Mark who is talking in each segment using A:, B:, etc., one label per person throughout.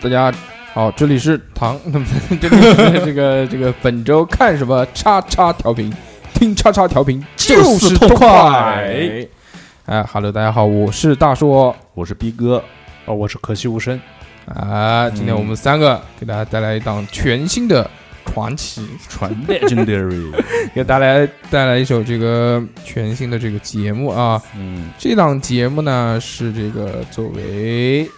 A: 大家好，这里是唐， 这里是这个这个本周看什么叉叉调频，听叉叉调频
B: 就是
A: 是
B: 痛快
A: 快。哎哈喽，大家好，我是大硕
C: 我是逼哥，
B: 哦，我是可惜无声，
A: 啊，今天我们三个给大家带来一档全新的传奇，
C: 传 legendary，
A: 给大家带来一首这个全新的这个节目啊。
C: 嗯，
A: 这档节目呢是这个作为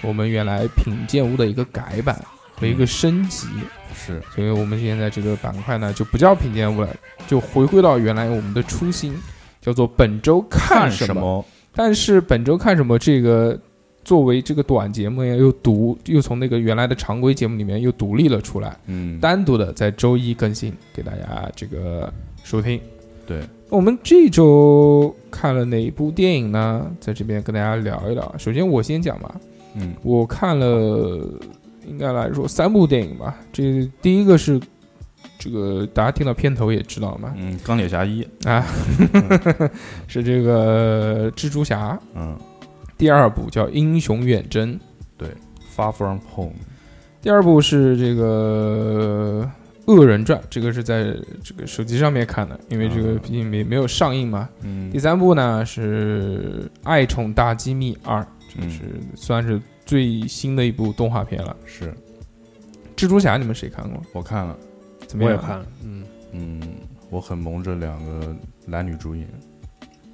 A: 我们原来品鉴屋的一个改版和一个升级，
C: 是
A: 所以我们现在这个板块呢就不叫品鉴屋了，就回归到原来我们的初心，叫做本周看什么。
C: 什么？
A: 但是本周看什么这个作为这个短节目呀，又独又从那个原来的常规节目里面又独立了出来，
C: 嗯，
A: 单独的在周一更新给大家这个收听。
C: 对，
A: 我们这周看了哪一部电影呢？在这边跟大家聊一聊。首先我先讲吧，
C: 嗯，
A: 我看了应该来说三部电影吧。这第一个是这个大家听到片头也知道了嘛，
C: 嗯，钢铁侠一，
A: 啊，是这个蜘蛛侠。
C: 嗯
A: 第二部叫《英雄远征》，
C: ，Far From Home，
A: 第二部是这个《恶人传》，这个是在这个手机上面看的，因为这个
C: 啊
A: 毕竟没没有上映嘛。
C: 嗯
A: 第，三部呢是《爱宠大机密二》，这个
C: 嗯
A: 是算是最新的一部动画片了。
C: 是
A: 蜘蛛侠你们谁看过？
C: 我看了，
A: 怎么
B: 我
A: 样？
B: 也看了，嗯，
C: 嗯，我很萌这两个男女主演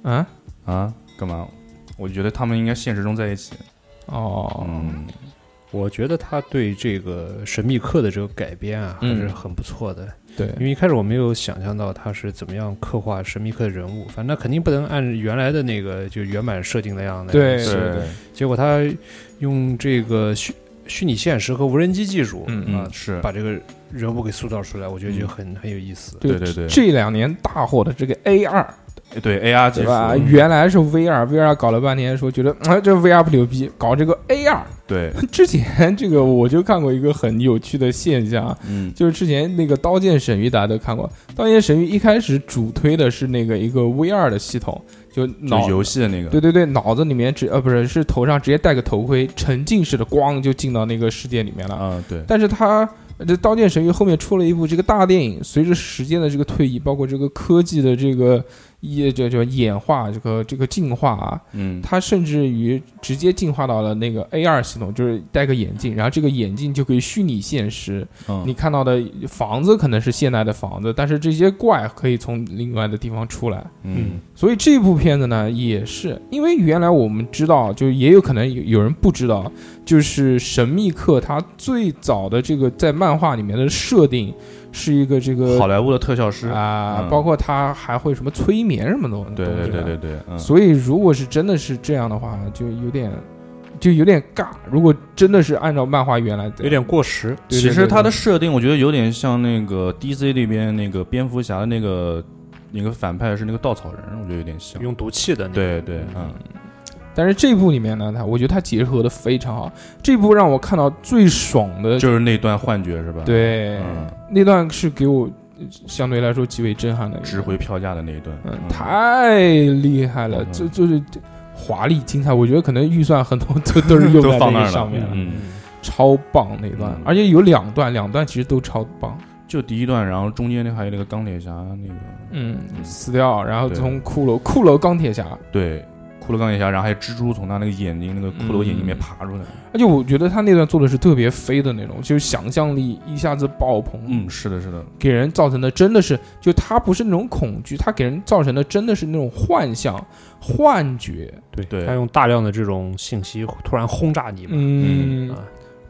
A: 啊？
C: 啊，干嘛？我觉得他们应该现实中在一起，
A: 哦，
C: 嗯，
B: 我觉得他对这个神秘客的这个改编啊，还
A: 嗯
B: 是很不错的，
A: 对
B: 因为一开始我没有想象到他是怎么样刻画神秘客的人物，反正他肯定不能按原来的那个就原版设定那样的，
A: 对
B: 是的
C: 对，
B: 结果他用这个虚虚拟现实和无人机技术，
A: 嗯
B: 啊
C: 嗯，，是，
B: 把这个人物给塑造出来，我觉得就很、嗯很有意思。
A: 就
C: 对对对
A: 这两年大火的这个 A 二，
C: 对 AR 技
A: 对吧？
C: 术，
A: 原来是 VR，VR 搞了半天，说觉得啊这 VR 不牛逼，搞这个 AR。
C: 对，
A: 之前这个我就看过一个很有趣的现象啊，
C: 嗯，
A: 就是之前那个《刀剑神域》，大家都看过，《刀剑神域》一开始主推的是那个一个 VR 的系统，就
C: 就
A: 脑
C: 游戏的那个，
A: 对对对，脑子里面直呃不是是头上直接戴个头盔，沉浸式的咣就进到那个世界里面了。
C: 啊，对，
A: 但是它呃这《刀剑神域》后面出了一部这个大电影，随着时间的这个推移，包括这个科技的这个也这叫演化，这个这个进化啊，
C: 嗯，
A: 它甚至于直接进化到了那个 AR 系统，就是戴个眼镜，然后这个眼镜就可以虚拟现实，
C: 嗯
A: 你看到的房子可能是现代的房子，但是这些怪可以从另外的地方出来。
C: 嗯
A: 所以这部片子呢，也是因为原来我们知道，就也有可能有有人不知道，就是《神秘客》它最早的这个在漫画里面的设定是一个这个
C: 好莱坞的特效师，
A: 呃啊，
C: 嗯
A: 包括它还会什么催眠什么东西。
C: 对
A: 东
C: 对
A: 西
C: 对
A: 的
C: 对对，嗯，
A: 所以如果是真的是这样的话，就有点就有点尬。如果真的是按照漫画原来的，
B: 有点过时，
A: 对
C: 其
A: 对
C: 实
A: 对
C: 它的
A: 对
C: 设定，我觉得有点像那个 DC 那边那个蝙蝠侠的那个那个反派是那个稻草人，我觉得有点像。
B: 用毒气的那个。
C: 对对，
B: 啊
C: 嗯，
A: 但是这部里面呢，它我觉得它结合的非常好。这部让我看到最爽的，
C: 就是那段幻觉是吧？，
A: 对、
C: 嗯，
A: 那段是给我呃相对来说极为震撼的一个
C: 值回票价的那一段，
A: 嗯，太厉害了，
C: 嗯
A: 就就是华丽精彩。我觉得可能预算很多都都是用
C: 都
A: 在
C: 放
A: 那个
C: 那儿了
A: 上面了，
C: 嗯，
A: 超棒那段，
C: 嗯
A: 而且有两段，两段其实都超棒。
C: 就第一段，然后中间那还有那个钢铁侠那个，
A: 嗯，
C: 嗯
A: 死掉，然后
C: 对
A: 从骷髅，骷髅钢铁侠，啊
C: 对，骷髅钢铁侠，然后还有蜘蛛从他那个眼睛那个骷髅眼睛里面
A: 嗯
C: 爬出来，
A: 而且我觉得他那段做的是特别飞的那种，就是想象力一下子爆棚，
C: 嗯，是的，是的，
A: 给人造成的真的是，就他不是那种恐惧，他给人造成的真的是那种幻象、幻觉，
B: 对
C: 对
B: 他用大量的这种信息突然轰炸你嘛，
A: 嗯
B: 啊，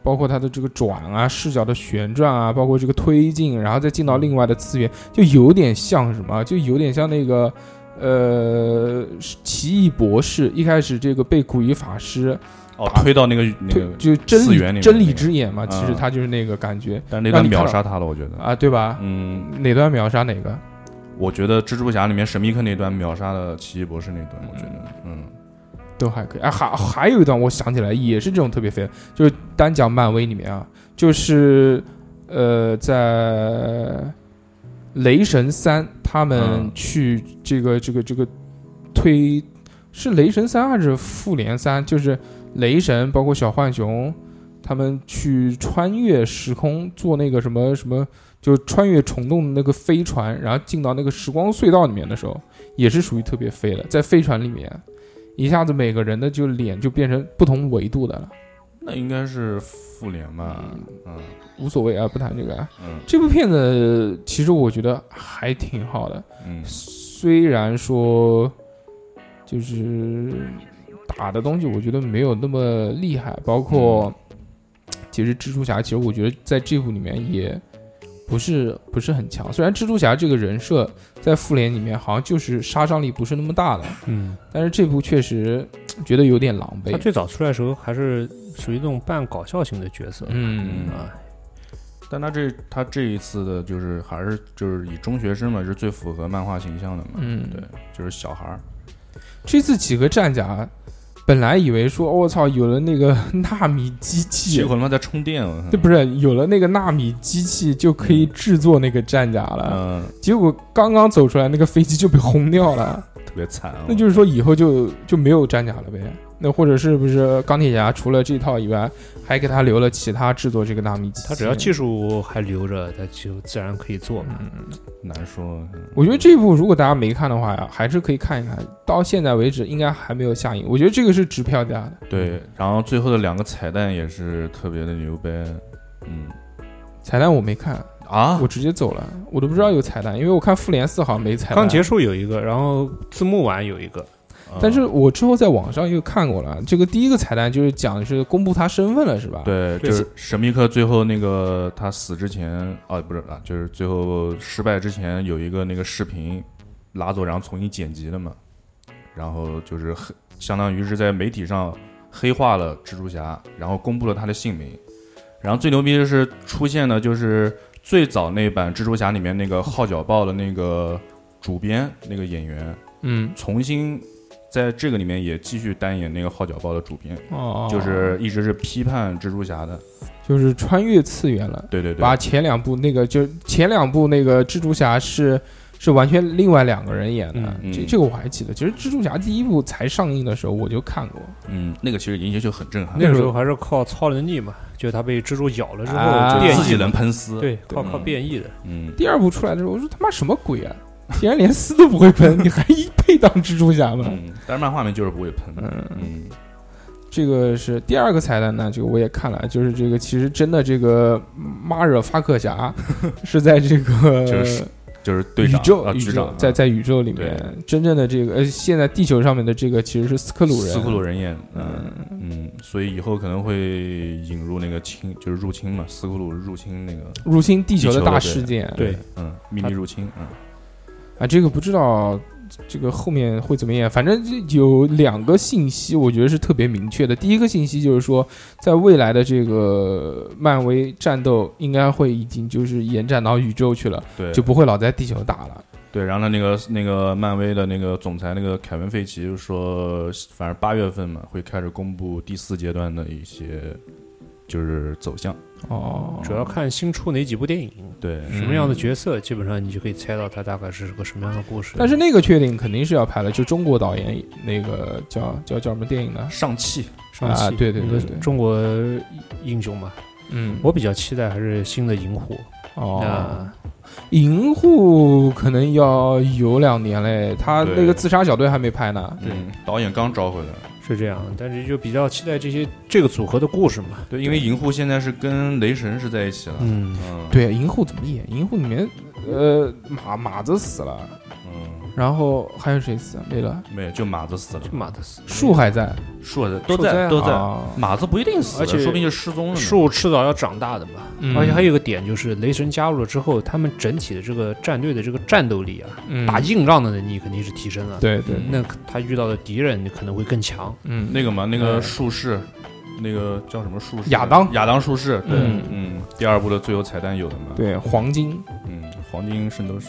A: 包括它的这个转啊、视角的旋转啊，包括这个推进，然后再进到另外的次元，就有点像什么，就有点像那个。呃，奇异博士一开始这个被古一法师
C: 哦，推到那个那
A: 推
C: 个，
A: 就真
C: 次元里
A: 理
C: 面
A: 真理
C: 那个
A: 之眼嘛，其实
C: 嗯
A: 他就是那个感觉
C: 但是那
A: 让
C: 段
A: 你看到
C: 秒杀他了，我觉得，
A: 啊，对吧？
C: 嗯，
A: 哪段秒杀哪个？
C: 我觉得蜘蛛侠里面神秘客那段秒杀了奇异博士那段，我觉得，嗯，
A: 都还可以。啊，还还有一段我想起来也是这种特别飞的，就是单讲漫威里面啊，就是呃，在雷神三他们
C: 嗯
A: 去这个、这个这个推是雷神三还是复联三？就是雷神包括小浣熊。他们去穿越时空，坐那个什么什么，就穿越虫洞的那个飞船，然后进到那个时光隧道里面的时候，也是属于特别飞的，在飞船里面，一下子每个人的就脸就变成不同维度的了，
C: 那应该是复联吧？嗯
A: 无所谓啊，不谈这个啊。
C: 嗯
A: 这部片子其实我觉得还挺好的，
C: 嗯，
A: 虽然说就是打的东西，我觉得没有那么厉害，包
C: 嗯
A: 括其实蜘蛛侠，其实我觉得在这部里面也不是不是很强。虽然蜘蛛侠这个人设在复联里面好像就是杀伤力不是那么大的，
B: 嗯，
A: 但是这部确实觉得有点狼
B: 他
A: 狈。
B: 最早出来的时候还是属于那种半搞笑型的角色，
A: 嗯，
B: 啊，
C: 但他这他这一次的就是还是就是以中学生嘛，是最符合漫画形象的嘛。
A: 嗯
C: 对，就是小孩儿。
A: 这次几个战甲，本来以为说我、操有了那个 纳米机器
C: 结，果他妈在充电，我
A: 这
C: 操！
A: 不是有了那个纳米机器就可
B: 嗯
A: 以制作那个战甲了。
C: 嗯，
A: 结果刚刚走出来，那个飞机就被轰掉
B: 嗯
A: 了。
C: 特别惨啊。
A: 那就是说以后就就没有战甲了呗？那或者是不是钢铁侠除了这套以外，还给他留了其他制作这个纳米机器？
B: 他只要技术还留着，他就自然可以做嘛。
A: 嗯，
C: 难说。
A: 我觉得这部如果大家没看的话呀，还是可以看一看。到现在为止，应该还没有下映。我觉得这个是值票价的。
C: 对，然后最后的两个彩蛋也是特别的牛掰。嗯
A: 彩蛋我没看，
C: 啊
A: 我，直接走了，我都不知道有彩蛋，因为我看复联四好像没彩蛋。
B: 刚结束有一个，然后字幕完有一个，
A: 但是我之后在网上又看过了，这个第一个彩蛋就是讲的是公布他身份了，是吧？，
C: 对，
B: 对
C: 就是神秘客最后那个他死之前啊，不是啊，就是最后失败之前有一个那个视频拉走，然后重新剪辑的嘛，然后就是黑，相当于是在媒体上黑化了蜘蛛侠，然后公布了他的姓名，然后最牛逼的是出现的就是最早那版蜘蛛侠里面那个号角报的那个主编那个演员，
A: 嗯，
C: 重新在这个里面也继续担演那个号角报的主编。
A: 哦，
C: 就是一直是批判蜘蛛侠的，
A: 就是穿越次元了，
C: 对对对，
A: 把前两部那个就前两部那个蜘蛛侠是是完全另外两个人演的，
C: 嗯
A: 这
C: 嗯
A: 这个我还记得。其实蜘蛛侠第一部才上映的时候我就看过，
C: 嗯，那个其实已经就很震撼，
B: 那个时候还是靠超能力嘛，就是他被蜘蛛咬了之后
A: 啊
C: 就
B: 变
C: 自己
B: 异的，
C: 能喷丝，，
B: 对，靠
C: 嗯
B: 靠变异的，
C: 嗯，
A: 第二部出来的时候我说他妈什么鬼啊，竟然连丝都不会 喷，你还一配当蜘蛛侠吗？
C: 嗯，但是漫画里面就是不会喷，嗯
A: 这个是第二个彩蛋呢，这个我也看了，就是这个其实真的这个马尔法克 侠是在这个
C: 就是就是队
A: 宇
C: 长
A: 宙、
C: 啊，
A: 宇
C: 局
A: 宙
C: 长
A: 在在宇宙里面真正的这个呃，现在地球上面的这个其实是斯克鲁人，
C: 斯库鲁人演，嗯
A: 嗯，
C: 嗯，所以以后可能会引入那个侵，就是入侵嘛，斯库鲁入侵那个，
A: 入侵地球的大
C: 地球的
A: 事件，
B: 对，
C: 嗯，秘密入侵，嗯，
A: 啊，这个不知道这个后面会怎么演，反正这有两个信息，我觉得是特别明确的。第一个信息就是说，在未来的这个漫威战斗应该会已经就是延展到宇宙去了，
C: 对，
A: 就不会老在地球打了。
C: 对，然后他那个那个漫威的那个总裁那个凯文费奇就说，反正八月份嘛会开始公布第四阶段的一些就是走向，
A: 哦，嗯
B: 主要看新出哪几部电影，
C: 对，
B: 什么样的角色，基本上你就可以猜到他大概是个什么样的故事。
A: 但是那个确定肯定是要拍了，就中国导演那个叫叫叫什么电影呢？
C: 上汽，
B: 上期
A: 啊对对对
B: 一个
A: 对
B: 中国英雄嘛，
A: 嗯
B: 我比较期待还是新的啊银狐。
A: 哦，
B: 那
A: 银护可能要有两年嘞，他
C: 对
A: 那个自杀小队还没拍呢。
B: 对
C: 嗯，导演刚招回来，
B: 是这样，但是就比较期待这些这个组合的故事嘛。
C: 对，因为银护现在是跟雷神是在一起了，
B: 嗯，
C: 嗯，，
A: 对，银护怎么演？银护里面，呃，马马子死了，
C: 嗯，
A: 然后还有谁死了？没了，
C: 没有，就马子死了
B: 就，马特斯
A: 树还在，
C: 树在
B: 树在啊
C: 都在，
A: 啊
C: 马子不一定死了，
B: 而且
C: 说不定就失踪了呢，
B: 树迟早要长大的嘛。
A: 嗯
B: 而且还有一个点就是，雷神加入了之后，他们整体的这个战队的这个战斗力啊，
A: 嗯
B: 打嗯硬仗的能力肯定是提升了。，
A: 对对，
B: 那他遇到的敌人可能会更强。
A: 嗯，
C: 那个嘛，那个
A: 嗯
C: 术士。那个叫什么术士？
A: 亚当
C: 亚当术士，对，
A: 嗯
C: 嗯，第二部的最后彩蛋有的嘛，
A: 对黄金，
C: 嗯，黄金圣斗士，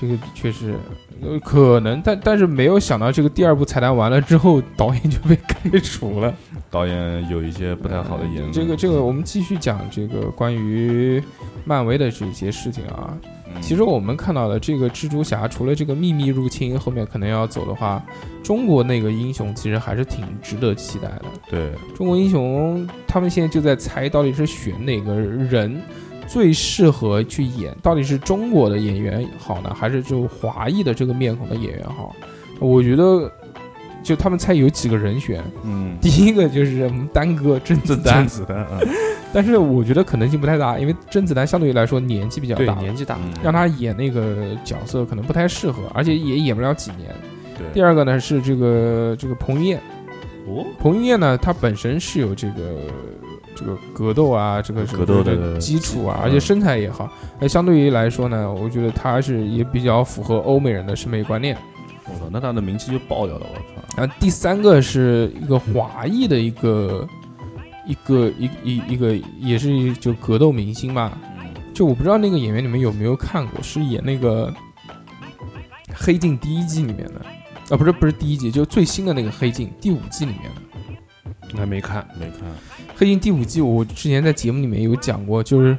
A: 这个确实有可能，但但是没有想到这个第二部彩蛋完了之后，导演就被开除了，
C: 导演有一些不太好的言论。
A: 这个这个，我们继续讲这个关于漫威的这些事情啊。
C: 嗯
A: 其实我们看到的这个蜘蛛侠，除了这个秘密入侵，后面可能要走的话，中国那个英雄其实还是挺值得期待的。
C: 对，
A: 中国英雄他们现在就在猜到底是选哪个人最适合去演，到底是中国的演员好呢，还是就华裔的这个面孔的演员好？我觉得就他们猜有几个人选，
C: 嗯，
A: 第一个就是我们丹哥甄子丹
C: 甄， 子嗯丹，
A: 但是我觉得可能性不太大，因为甄子丹相对于来说年纪比较
B: 对
A: 大，
B: 年纪大，
C: 嗯，
A: 让他演那个角色可能不太适合，而且也演不了几年。第
C: 对，
A: 二个呢是这个这个彭于晏，
C: 哦，
A: 彭于晏呢，他本身是有这个这个格斗啊，这个
C: 格斗的
A: 这个基础啊
C: 嗯，
A: 而且身材也好。那相对于来说呢，我觉得他是也比较符合欧美人的审美观念。
C: 我操，那他的名气就爆掉了，我操，
A: 然后第三个是一个华裔的一个一个一一一个也是就格斗明星嘛，
C: 嗯，
A: 就我不知道那个演员你们有没有看过，是演那个《黑镜》第一季里面的。啊，不是不是第一季，就最新的那个《黑镜》第五季里面的。
B: 还没看，
C: 没看，
A: 《黑镜》第五季，我之前在节目里面有讲过，就是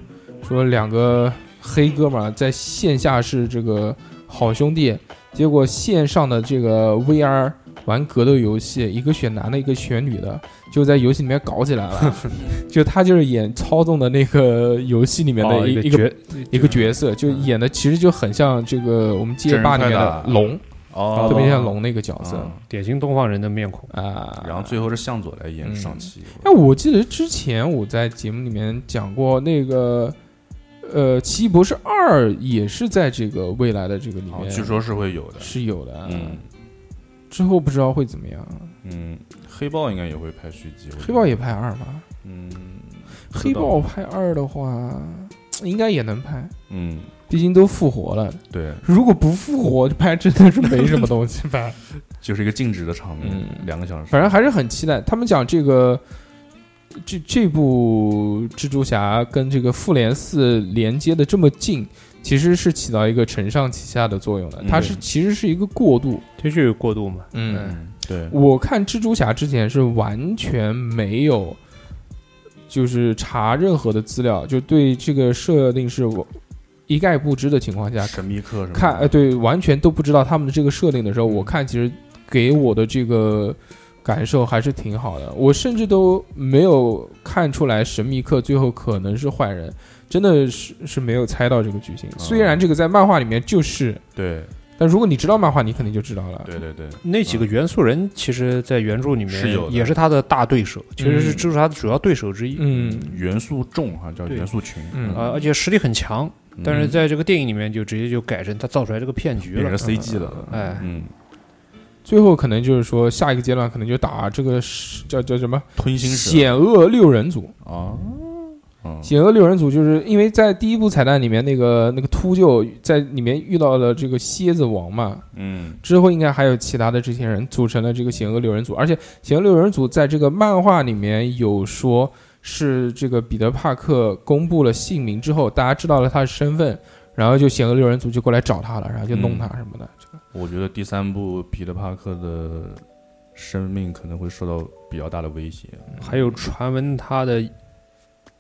A: 说两个黑哥们儿在线下是这个好兄弟，结果线上的这个 VR 玩格斗游戏，一个选男的，一个选女的，就在游戏里面搞起来 了。就他就是演操纵的那个游戏里面
B: 哦
A: 的一、
B: 一
A: 一个
B: 角
A: 一个角色，嗯就演的其实就很像这个我们街霸里面的哦龙，
C: 哦
A: 特别像龙那个角色
C: 嗯
B: 典型东方人的面孔，
A: 啊。
C: 然后最后是向佐来演上期，
A: 哎，我记得之前我在节目里面讲过那个，呃，《奇异博士二》也是在这个未来的这个里
C: 好
A: 面，
C: 据说是会有的，
A: 是有的。
C: 嗯，
A: 之后不知道会怎么样。
C: 嗯，黑豹应该也会拍续集，我觉得
A: 黑豹也，拍二吗？
C: 嗯，不
A: 黑
C: 知道
A: 豹拍二的话，应该也能拍，
C: 嗯，
A: 毕竟都复活了。
C: 对，
A: 如果不复活，拍真的是没什么东西拍。
C: 就是一个静止的场面，
A: 嗯
C: 两个小时，
A: 反正还是很期待。他们讲这个这这部蜘蛛侠跟这个复联四连接的这么近，其实是起到一个承上启下的作用的
C: 嗯。
A: 它是其实是一个过渡。
B: 这就是过渡嘛。
A: 嗯，
C: 嗯，对，
A: 我看蜘蛛侠之前是完全没有。就是查任何的资料，就对这个设定是我一概不知的情况下，
C: 神秘客什么的
A: 看，呃，，对，完全都不知道他们的这个设定的时候，
C: 嗯
A: 我看其实给我的这个感受还是挺好的。我甚至都没有看出来神秘客最后可能是坏人，真的是是没有猜到这个剧情。
C: 嗯
A: 虽然这个在漫画里面就是，
C: 对，
A: 但如果你知道漫画，你肯定就知道了。
C: 对对对，
B: 那几个元素人其实，在原著里面
C: 是有的
B: 也是他的大对手，其实是
A: 嗯
B: 蜘蛛侠的主要对手之一。
A: 嗯，
C: 元素众哈叫
B: 对
C: 元素群，嗯
A: 嗯
B: 啊，而且实力很强，嗯但是在这个电影里面就直接就改成他造出来这个骗局
C: 变成
B: 了。
C: CG 了，
B: 哎，
C: 嗯，
A: 最后可能就是说下一个阶段可能就打这个是叫叫什么
C: 吞星蛇
A: 险恶六人组。
C: 啊，嗯，
A: 险恶六人组就是因为在第一部彩蛋里面，那个那个秃鹫在里面遇到了这个蝎子王嘛，
C: 嗯，
A: 之后应该还有其他的这些人组成了这个险恶六人组，而且险恶六人组在这个漫画里面有说是这个彼得帕克公布了姓名之后，大家知道了他的身份，然后就险恶六人组就过来找他了，然后就弄他什么的。
C: 我觉得第三部彼得帕克的生命可能会受到比较大的威胁，
B: 还有传闻他的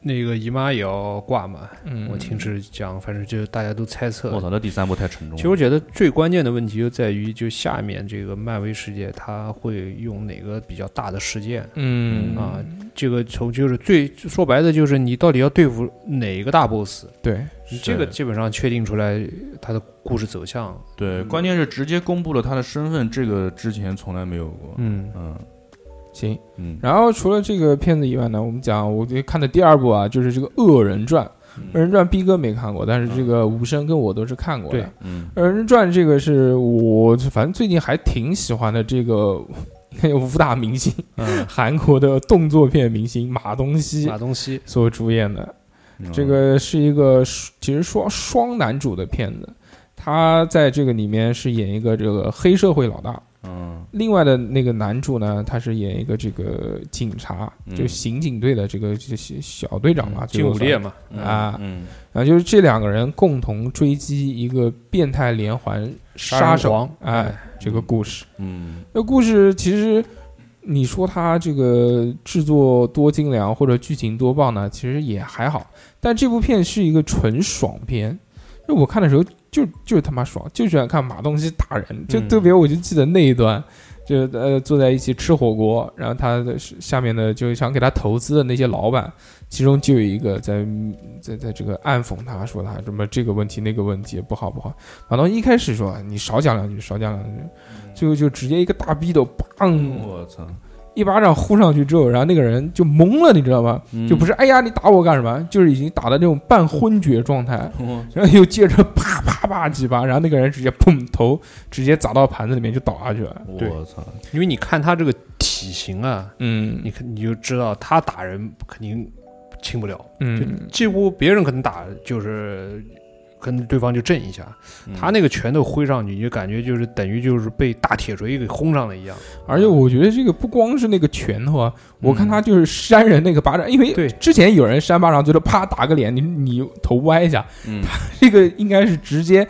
B: 那个姨妈也要挂嘛，
A: 嗯，
B: 我听是讲，反正就是大家都猜测
C: 我。操，那第三部太沉重了，
B: 其实我觉得最关键的问题就在于，就下面这个漫威世界，它会用哪个比较大的事件？
A: 嗯
B: 啊，这个从就是最说白的就是你到底要对付哪一个大 boss，
A: 对，
B: 你这个基本上确定出来它的故事走向。
C: 对，关键是直接公布了他的身份，这个之前从来没有过。
B: 嗯，
C: 嗯
A: 行。
C: 嗯，
A: 然后除了这个片子以外呢，我们讲我就看的第二部啊，就是这个《恶人传》。
C: 嗯
A: 《恶人传》逼哥没看过，但是这个无声跟我都是看过的。
B: 对
C: 嗯，
A: 恶人传》这个是我反正最近还挺喜欢的这个 武打明星，
B: 嗯
A: 韩国的动作片明星马东锡
B: 马东锡
A: 所主演的。
C: 嗯
A: 这个是一个其实双双男主的片子，他在这个里面是演一个这个黑社会老大，
C: 嗯
A: 另外的那个男主呢，他是演一个这个警察，
C: 嗯
A: 就刑警队的这个这些小队长嘛，
B: 金武烈
A: 烈。
B: 嘛，
C: 嗯
A: 啊
C: 嗯
A: 然后就是这两个人共同追击一个变态连环杀
B: 人
A: 手，
B: 狂，
A: 哎，，这个故事。
C: 嗯
A: 那故事其实你说它这个制作多精良或者剧情多棒呢，其实也还好。但这部片是一个纯爽片，就我看的时候就就是他妈爽，就喜欢看马东锡打人，就
B: 嗯
A: 特别我就记得那一段。就呃坐在一起吃火锅，然后他的下面的就想给他投资的那些老板，其中就有一个在在在这个暗讽他说他什么这个问题那个问题不好不好。马东一开始说你少讲两句少讲两句，最后就直接一个大逼斗，砰
C: 嗯我操，
A: 一巴掌呼上去之后，然后那个人就懵了，你知道吗？就不是哎呀你打我干什么，就是已经打的那种半昏厥状态，
C: 嗯
A: 然后又接着啪啪啪几巴，然后那个人直接砰头直接砸到盘子里面就倒下去了。
B: 对
C: 我操，
B: 因为你看他这个体型啊，
A: 嗯
B: 你看你就知道他打人肯定轻不了，
A: 嗯，
B: 几乎别人可能打就是可能对方就震一下，
C: 嗯
B: 他那个拳头挥上去，你就感觉就是等于就是被大铁锤给轰上了一样。
A: 而且我觉得这个不光是那个拳头啊，我看他就是扇人那个巴掌，因为
B: 对
A: 之前有人扇巴掌，觉得啪打个脸，你你头歪一下，
C: 嗯
A: 这个应该是直接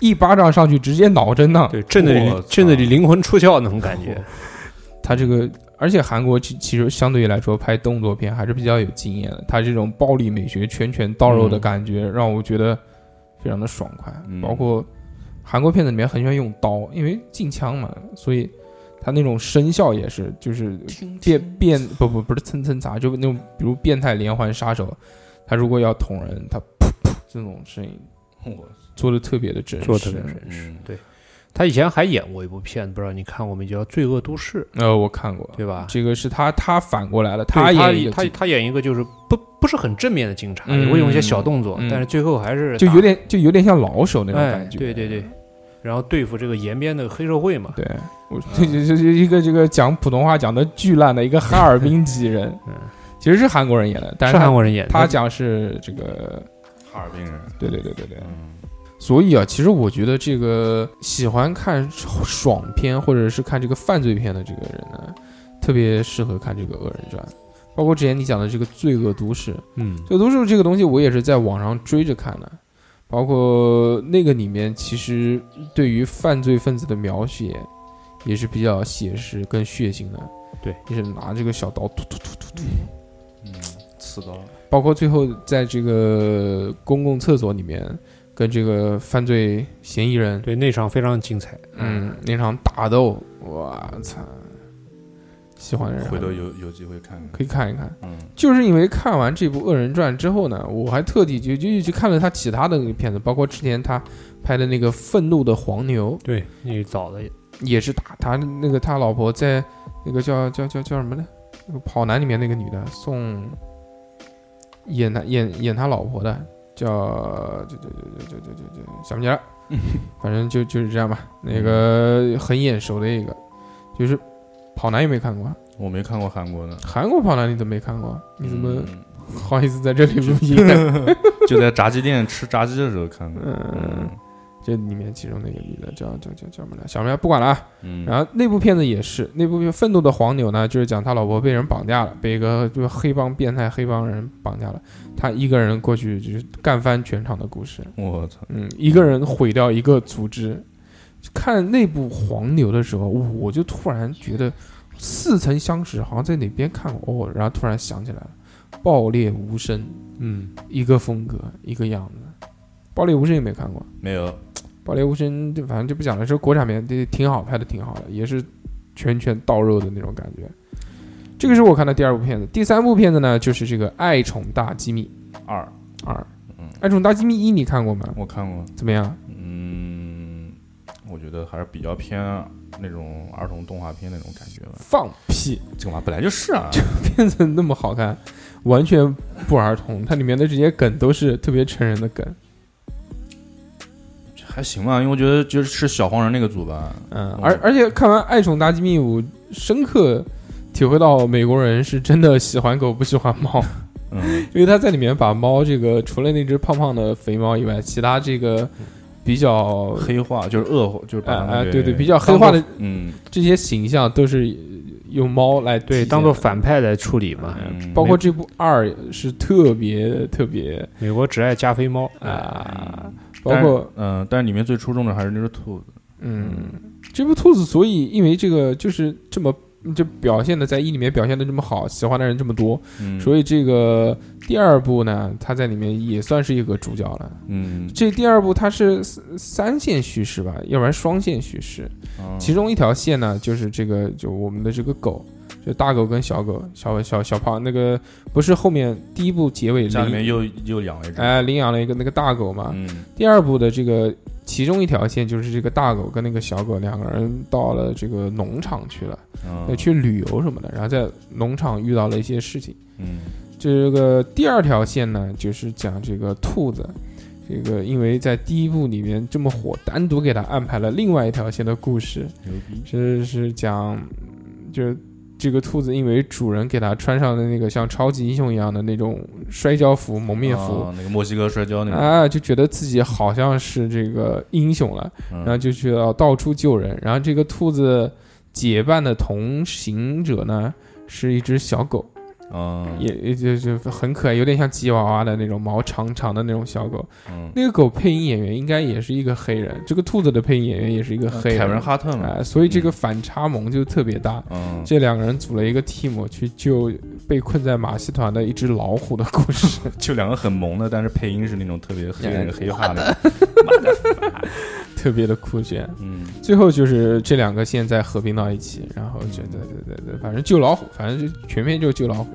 A: 一巴掌上去，直接脑震荡。
B: 对，震得
C: 我
B: 你
C: 操嗯
B: 震得你灵魂出窍那种感觉。
A: 他这个，而且韩国其其实相对来说拍动作片还是比较有经验的，他这种暴力美学、拳拳到
B: 嗯
A: 肉的感觉，让我觉得非常的爽快。
C: 嗯
A: 包括韩国片子里面很喜欢用刀，因为近腔嘛，所以他那种声效也是，就是变变不不不是蹭蹭砸，就那种比如变态连环杀手，他如果要捅人，他噗噗这种声音
C: 我
A: 做的特别的真 实，
B: 做得特别真
C: 嗯
B: 他以前还演过一部片子，不知道你看过没？叫《罪恶都市
A: 呃，我看过》，，
B: 对吧？
A: 这个是他他反过来了，
B: 对
A: 演一个
B: 嗯他他他演一个就是不不是很正面的警察，
A: 嗯
B: 也会用一些小动作，
A: 嗯
B: 但是最后还是
A: 就
B: 打
A: 有点就有点像老手那种
B: 哎
A: 感觉。
B: 对对对，然后对付这个延边的黑社会嘛。
A: 对，我这这这一个这个讲普通话讲的巨烂的一个哈尔滨籍人，
B: 嗯
A: 其实是韩国人演的，但
B: 是韩
A: 他
B: 国人演的，
A: 他讲是这个，
C: 哈尔滨人，
A: 对对对对对。
C: 嗯
A: 所以啊，其实我觉得这个喜欢看爽片或者是看这个犯罪片的这个人呢，特别适合看这个《恶人传》，包括之前你讲的这个《罪恶都市》。
B: 嗯
A: 就都是这个东西，我也是在网上追着看的，包括那个里面其实对于犯罪分子的描写也是比较写实跟血腥的，
B: 对，
A: 也是拿这个小刀突突突突突，
C: 嗯，刺刀，
A: 包括最后在这个公共厕所里面跟这个犯罪嫌疑人
B: 对那场非常精彩。
A: 嗯那场打斗，我操，喜欢的人
C: 回头有有机会看看，
A: 可以看一看。
C: 嗯
A: 就是因为看完这部《恶人传》之后呢，我还特地就就就去看了他其他的那个片子，包括之前他拍的那个《愤怒的黄牛
B: 对，那早的，》，
A: 也是打他那个他老婆在那个叫叫叫叫什么呢？那个《跑男》里面那个女的宋，演他演演他老婆的叫就就就就就就就就想不起来了，反正就就是这样吧。那个很眼熟的一个，就是《跑男》有没有看过啊？
C: 我没看过韩国的，
A: 韩国《跑男》你都没看过，你怎么
C: 嗯
A: 好意思 在这里录音呢？
C: 就在炸鸡店吃炸鸡的时候看的？
A: 嗯
C: 嗯，
A: 这里面其中那个女的叫叫叫叫什么来？小苗不管了啊。
C: 嗯，
A: 然后那部片子也是，那部片《愤怒的黄牛》呢，就是讲他老婆被人绑架了，被一个就是黑帮变态黑帮人绑架了，他一个人过去就是干翻全场的故事。
C: 我操，
A: 嗯，一个人毁掉一个组织。看那部黄牛的时候，我就突然觉得似曾相识，好像在哪边看过哦，然后突然想起来了，《爆裂无声》
B: 嗯，
A: 一个风格一个样子，《爆裂无声》有没有看过？
C: 没有，
A: 爆裂无声，就反正就不讲了。是国产片，这挺好，拍的挺好的，也是拳拳到肉的那种感觉。这个是我看的第二部片子，第三部片子呢就是这个《爱宠大机密
C: 二
A: 二》。
C: 嗯
A: 《爱宠大机密一》你看过吗？
C: 我看过，
A: 怎么样？
C: 嗯，我觉得还是比较偏那种儿童动画片那种感觉吧。
A: 放屁！
C: 这个嘛，本来就是啊，
A: 片子 那么好看，完全不儿童，它里面的这些梗都是特别成人的梗。
C: 还行啊吧，因为我觉得就是小黄人那个组吧，
A: 嗯，
C: 嗯
A: 而而且看完《爱宠大机密五》，深刻体会到美国人是真的喜欢狗不喜欢猫。
C: 嗯，
A: 因为他在里面把猫这个除了那只胖胖的肥猫以外，其他这个比较
C: 黑化就是恶化，就是
A: 哎呃
C: 把他
A: 哎
C: 们给
A: 对对比较黑化的
C: 嗯
A: 这些形象都是用猫来体
B: 对，
A: 现
B: 当做反派来处理嘛。
D: 哎
C: 嗯
A: 包括这部二是特别特别
B: 美国只爱加菲猫
D: 哎
A: 啊，包
C: 但是
A: 括
C: 嗯，但是里面最出众的还是那只兔子，
A: 嗯这部兔子，所以因为这个就是这么就表现的在一里面表现的这么好，喜欢的人这么多，
C: 嗯，
A: 所以这个第二部呢，他在里面也算是一个主角了。
C: 嗯，
A: 这第二部它是三三线叙事吧，要不然双线叙事。
C: 啊
A: 其中一条线呢，就是这个就我们的这个狗，就大狗跟小狗，小小小胖那个不是后面第一部结尾
C: 家里面
A: 领
C: 又又养了一只，
A: 哎领养了一个那个大狗嘛。
C: 嗯
A: 第二部的这个其中一条线就是这个大狗跟那个小狗两个人到了这个农场去了，
C: 嗯
A: 要去旅游什么的，然后在农场遇到了一些事情。
C: 嗯
A: 这个第二条线呢，就是讲这个兔子，这个因为在第一部里面这么火，单独给他安排了另外一条线的故事，
C: 牛逼，
A: 这是讲，嗯就是这个兔子因为主人给它穿上的那个像超级英雄一样的那种摔跤服、蒙面服。
C: 啊那个墨西哥摔跤那种，
A: 啊，就觉得自己好像是这个英雄了，
C: 嗯
A: 然后就去要到处救人。然后这个兔子结伴的同行者呢，是一只小狗，
C: 嗯
A: 也也就就很可爱，有点像吉娃娃的那种毛长长的那种小狗。
C: 嗯，
A: 那个狗配音演员应该也是一个黑人，这个兔子的配音演员也是一个黑人，
C: 嗯凯文哈特嘛，
A: 哎，所以这个反差萌就特别大。
C: 嗯，
A: 这两个人组了一个 team 去救被困在马戏团的一只老虎的故 事。
C: 就两个很萌的，但是配音是那种特别黑人
A: 哎
C: 黑化的，
A: 特别的酷炫。
C: 嗯
A: 最后就是这两个现在合并到一起，然后就对对对对，反正救老虎，反正就全面就救老虎，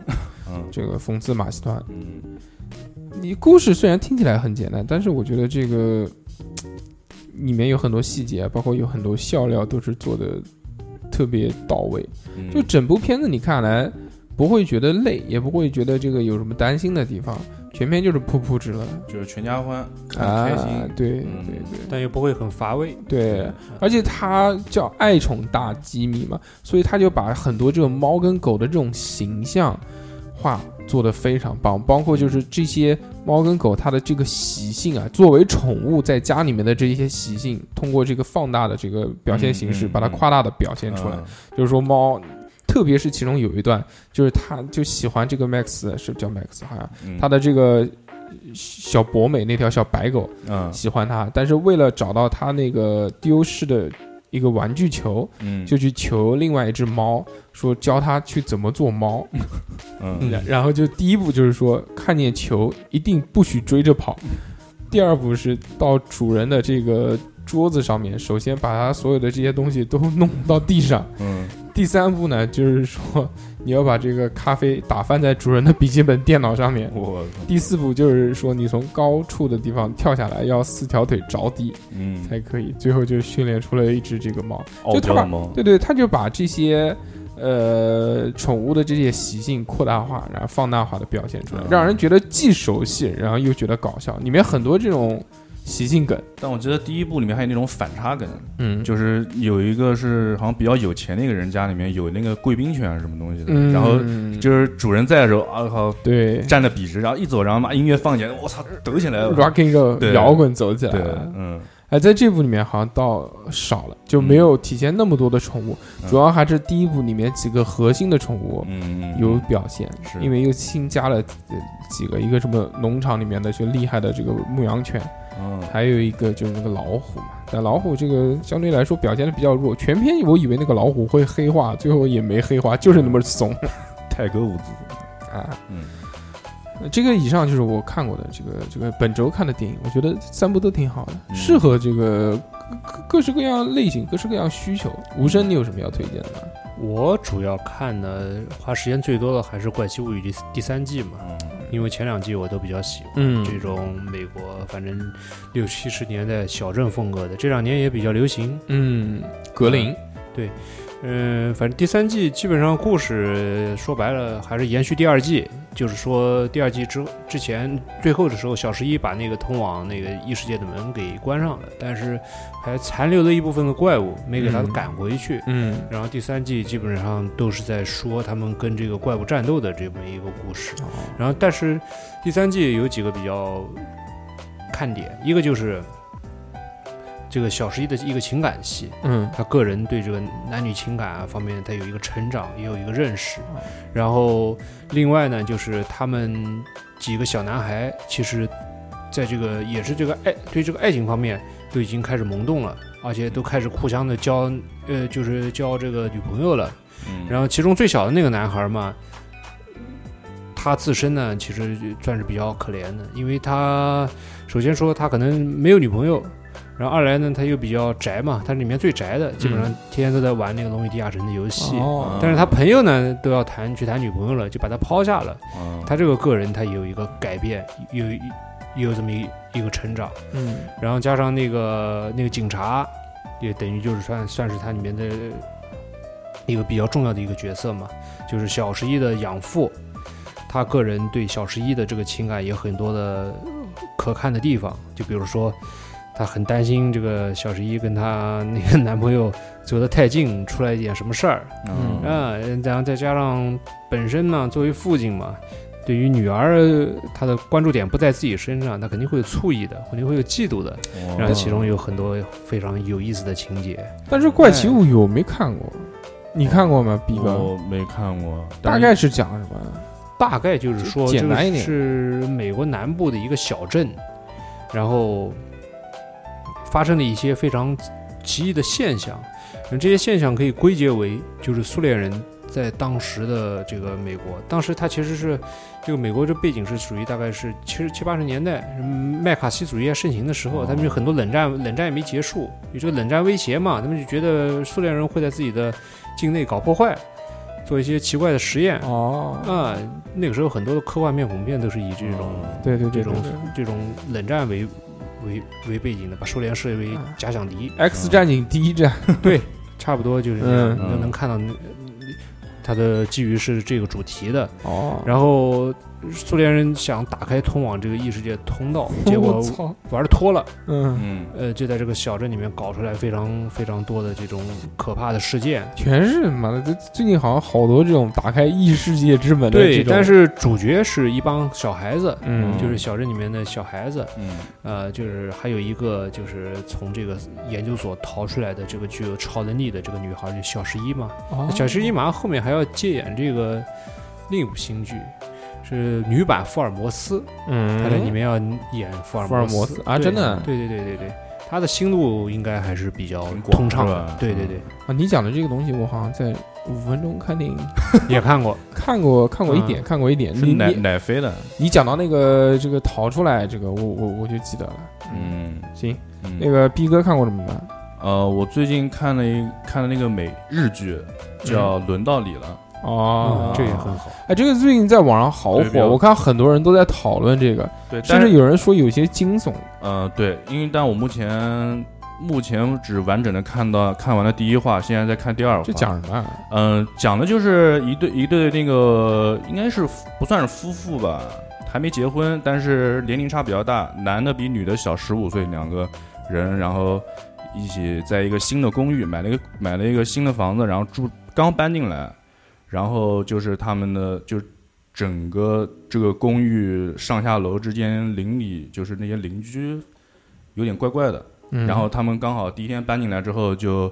C: 嗯
A: 这个讽刺马戏团。
C: 嗯，
A: 你故事虽然听起来很简单，但是我觉得这个嘖里面有很多细节，包括有很多笑料都是做的特别到位。
C: 嗯
A: 就整部片子你看来不会觉得累，也不会觉得这个有什么担心的地方，全片就是噗噗直了
C: 就是全家欢，
A: 啊
C: 看开心，，
A: 对
C: 嗯
A: 对
D: 但又不会很乏味。
A: 对对，而且它叫爱宠大机密嘛，所以他就把很多这种猫跟狗的这种形象化做得非常棒，包括就是这些猫跟狗它的这个习性啊，作为宠物在家里面的这些习性，通过这个放大的这个表现形式，
C: 嗯嗯
A: 把它
C: 嗯
A: 夸大的表现出来。就是说猫，特别是其中有一段，就是它就喜欢这个 Max 是叫 Max 好像
C: 嗯，
A: 它的这个小博美那条小白狗
C: 嗯
A: 喜欢它，但是为了找到它那个丢失的一个玩具球，
C: 嗯
A: 就去求另外一只猫说教它去怎么做猫，
C: 嗯
A: 然然后就第一步就是说看见球一定不许追着跑，
C: 嗯
A: 第二步是到主人的这个。桌子上面，首先把它所有的这些东西都弄到地上，
C: 嗯
A: 第三步呢，就是说你要把这个咖啡打翻在主人的笔记本电脑上面。
C: 我操
A: 第四步就是说你从高处的地方跳下来，要四条腿着地
C: 嗯，哦
A: 才可以。最后就训练出了一只这个猫。
C: 傲娇的猫，
A: 对对，他就把这些。呃，宠物的这些习性扩大化，然后放大化的表现出来，
C: 嗯
A: 让人觉得既熟悉，然后又觉得搞笑。里面很多这种习性梗，
C: 但我记得第一部里面还有那种反差梗，
A: 嗯
C: 就是有一个是好像比较有钱的一个人家里面有那个贵宾犬还是啊什么东西的，
A: 嗯，
C: 然后就是主人在的时候，啊靠，
A: 对
C: 站的笔直，然后一走，然后把音乐放起来，我操，抖起来了，
A: rock and roll
C: 对
A: 摇滚走起来
C: 对
A: 了，，
C: 嗯
A: 哎，在这部里面好像倒少了，就没有体现那么多的宠物，
C: 嗯
A: 主要还是第一部里面几个核心的宠物
C: 嗯，
A: 有表现，
C: 是
A: 因为又新加了呃几个，一个什么农场里面的就厉害的这个牧羊犬，
C: 嗯
A: 还有一个就是那个老虎嘛，但老虎这个相对来说表现的比较弱，全篇我以为那个老虎会黑化，最后也没黑化，就是那么怂
C: 泰戈伍兹，
A: 啊。
C: 嗯
A: 呃这个以上就是我看过的这个这个本周看的电影，我觉得三部都挺好的，
C: 嗯
A: 适合这个各各式各样类型、各式各样需求。无声，你有什么要推荐的吗？
D: 我主要看的花时间最多的还是《怪奇物语》第第三季嘛，
C: 嗯
D: 因为前两季我都比较喜欢。
A: 嗯
B: 嗯
D: 这种美国反正六七十年代小镇风格的，这两年也比较流行。
A: 嗯，格林，
D: 嗯、反正第三季基本上故事说白了还是延续第二季，就是说第二季之之前最后的时候，小十一把那个通往那个异世界的门给关上了，但是还残留了一部分的怪物没给他
A: 嗯
D: 赶回去。
A: 嗯，
D: 然后第三季基本上都是在说他们跟这个怪物战斗的这么一个故
A: 哦
D: 事。然后，但是第三季有几个比较看点，一个就是这个小十一的一个情感戏，
A: 嗯
D: 他个人对这个男女情感啊方面，他有一个成长，也有一个认识。然后，另外呢，就是他们几个小男孩，其实在这个也是这个爱对这个爱情方面都已经开始萌动了。而且都开始互相的交，呃，就是交这个女朋友了。
C: 嗯
D: 然后其中最小的那个男孩嘛，他自身呢其实就算是比较可怜的，因为他首先说他可能没有女朋友，然后二来呢他又比较宅嘛，他是里面最宅的，基本上天天都在玩那个《龙与地下城》的游戏。
A: 哦，
D: 但是他朋友呢都要谈去谈女朋友了，就把他抛下了。
C: 嗯
D: 他这个个人他有一个改变，有一有这么一一个成长。
A: 嗯
D: 然后加上那个那个警察，也等于就是算算是它里面的一个比较重要的一个角色嘛，就是小十一的养父，他个人对小十一的这个情感也有很多的可看的地方，就比如说。他很担心这个小十一跟她那个男朋友走得太近，出来一点什么事儿，
A: 嗯
C: 嗯
D: 啊，然后再加上本身嘛，作为父亲嘛，对于女儿她的关注点不在自己身上，她肯定会有醋意的，肯定会有嫉妒的。然后其
C: 哦
D: 中有很多非常有意思的情节。
A: 但是《怪奇物语》我没看过，你看过吗？逼哥，
C: 我没看过，
A: 大
C: 但
A: 概是讲什么？
D: 大概就是说，
A: 简单一点
D: 这个是美国南部的一个小镇，然后发生了一些非常奇异的现象。那这些现象可以归结为，就是苏联人在当时的这个美国，当时它其实是这个美国这背景是属于大概是七十七八十年代，嗯麦卡锡主义盛行的时候，
C: 哦
D: 他们有很多冷战，冷战也没结束，有这个冷战威胁嘛，他们就觉得苏联人会在自己的境内搞破坏，做一些奇怪的实验，
A: 哦，
D: 啊，那个时候很多的科幻面孔片都是以这种、
C: 嗯
A: 对对对对
D: 这种
A: 对。
D: 这种冷战为为为背景的，把苏联视为
A: 啊
D: 假想敌，
A: X 战警第一站，
D: 差不多就是这样。
A: 嗯
D: 你就能看到那它的基于是这个主题的。
A: 哦，
D: 然后苏联人想打开通往这个异世界的 通道，结果
A: 我操，
D: 玩脱了，
A: 嗯，
C: 嗯
D: 呃，就在这个小镇里面搞出来非常非常多的这种可怕的事件。
A: 全是妈的，这最近好像好多这种打开异世界之门的这
D: 对，
A: 种，
D: 但是主角是一帮小孩子，
A: 嗯，
D: 就是小镇里面的小孩子。
C: 嗯
D: 呃，就是还有一个就是从这个研究所逃出来的这个具有超能力的这个女孩，就小十一嘛。
A: 哦
D: 小十一马上后面还要接演这个另一部新剧，是女版福尔摩斯，
A: 嗯，
D: 她在里面要演福尔
A: 福尔摩
D: 摩
A: 斯啊，
D: 对
A: 真的
D: 对对对对对，她的心路应该还是比较
C: 挺广
D: 通畅
C: 是
D: 的
C: 吧。
D: 对对对，
A: 啊，你讲的这个东西，我好像在五分钟看电影
D: 也看过。
A: 看过，看过一点，看过一点。
C: 是
A: 你
C: 奶
A: 你
C: 奶飞的，
A: 你讲到那个这个逃出来这个，我我我就记得了。，
C: 嗯
A: 行，
C: 嗯
A: 那个逼哥看过什么吗？
C: 呃，我最近看了一看了那个美日剧，叫《轮到你了
A: 哦
D: 嗯，这也很好。
A: 哎，这个最近在网上好
C: 对比较
A: 火，我看很多人都在讨论这个，》，
C: 对，
A: 甚
C: 但
A: 至
C: 是
A: 有人说有些惊悚。
C: 呃，对，因为但我目前目前只完整的看到看完了第一话，现在在看第二话。
A: 这讲什么啊？
C: 嗯，讲的就是一对一对那个应该是夫不算是夫妇吧，还没结婚，但是年龄差比较大，男的比女的小十五岁，两个人，然后一起在一个新的公寓买了一个买了一个新的房子，然后住刚搬进来，然后就是他们的就整个这个公寓上下楼之间邻里就是那些邻居有点怪怪的，
A: 嗯
C: 然后他们刚好第一天搬进来之后就。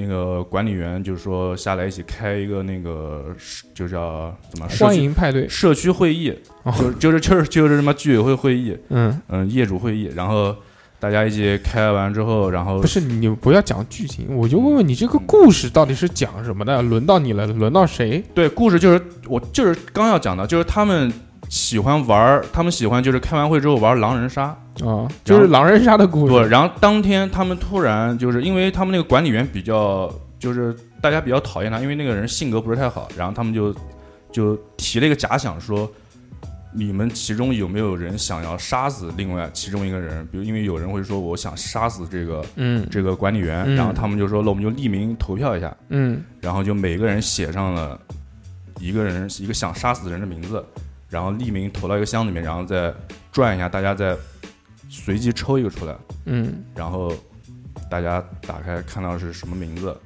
C: 那个管理员就说下来一起开一个那个是就叫怎么社
A: 欢
C: 区
A: 迎派对，
C: 社区会议，
A: 哦
C: 就是就是就是就是什么居委会会议，
A: 嗯，
C: 嗯，业主会议，然后大家一起开完之后，然后
A: 不是你不要讲剧情，我就问问你这
C: 嗯
A: 个故事到底是讲什么的？轮到你了，轮到谁？
C: 对故事就是我就是刚要讲的，就是他们喜欢玩儿，他们喜欢就是开完会之后玩狼人杀，
A: 啊，就是狼人杀的故
C: 对，
A: 事。
C: 然后当天他们突然就是因为他们那个管理员比较就是大家比较讨厌他，因为那个人性格不是太好，然后他们就就提了一个假想说，你们其中有没有人想要杀死另外其中一个人？比如因为有人会说我想杀死这个
A: 嗯
C: 这个管理员，
A: 嗯
C: 然后他们就说那我们就匿名投票一下，
A: 嗯，
C: 然后就每个人写上了一个人一个想杀死的人的名字，然后匿名投到一个箱子里面，然后再转一下，大家再随机抽一个出来。
A: 嗯，
C: 然后大家打开看到是什么名字，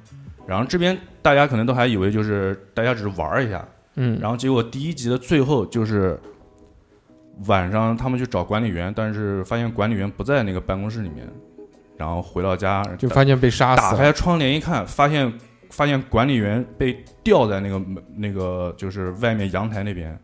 C: 然后这边大家可能都还以为就是大家只是玩儿一下，
A: 嗯，
C: 然后结果第一集的最后就是晚上他们去找管理员，但是发现管理员不在那个办公室里面，然后回到家
A: 就发现被杀
C: 打
A: 死了。
C: 开窗帘一看，发现发现管理员被吊在那个门那个就是外面阳台那边，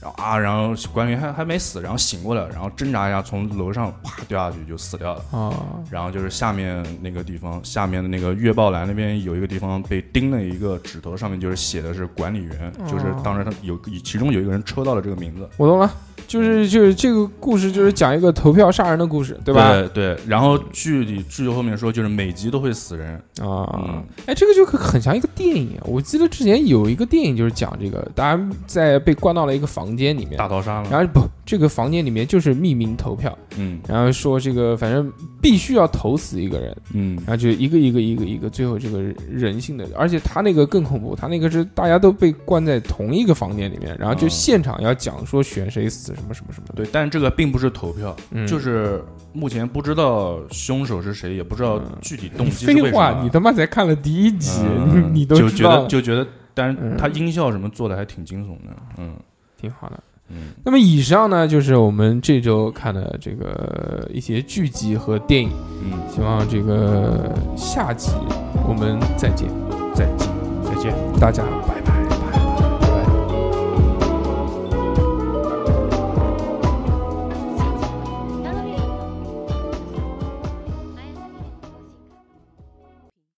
C: 然后啊，然后管理员还还没死，然后醒过来，然后挣扎一下从楼上啪掉下去就死掉了。
A: 啊，
C: 然后就是下面那个地方，下面的那个月报栏那边有一个地方被钉了一个指头，上面就是写的是管理员，就是当时他有其中有一个人抽到了这个名字，
A: 我懂了，就是就是这个故事就是讲一个投票杀人的故事，对
C: 对
A: 吧？
C: 对然后剧里剧后面说就是每集都会死人，
A: 啊
C: 嗯，
A: 哎，这个就很很像一个电影。我记得之前有一个电影就是讲这个，大家在被关到了一个房间里面，
C: 大逃杀嘛，
A: 然后不，这个房间里面就是匿名投票，
C: 嗯
A: 然后说这个反正必须要投死一个人，
C: 嗯
A: 然后就一个一个一个一个，最后这个人性的，而且他那个更恐怖，他那个是大家都被关在同一个房间里面，然后就
C: 嗯
A: 现场要讲说选谁死什么什么什么的，
C: 对，但这个并不是投票，
A: 嗯
C: 就是目前不知道凶手是谁，也不知道具体动
A: 嗯你
C: 机是为什么。
A: 废话，你他妈才看了第一集，
C: 嗯
A: 你你都
C: 就
A: 知
C: 觉
A: 道
C: 得
A: 了
C: 就觉得，但
A: 嗯
C: 是他音效什么做的还挺惊悚的，嗯
A: 挺好的。
C: 嗯
A: 那么以上呢，就是我们这周看的这个呃一些剧集和电影，
C: 嗯，
A: 希望这个下集我们再见，
C: 再见。
B: 再见。
A: 大家拜拜。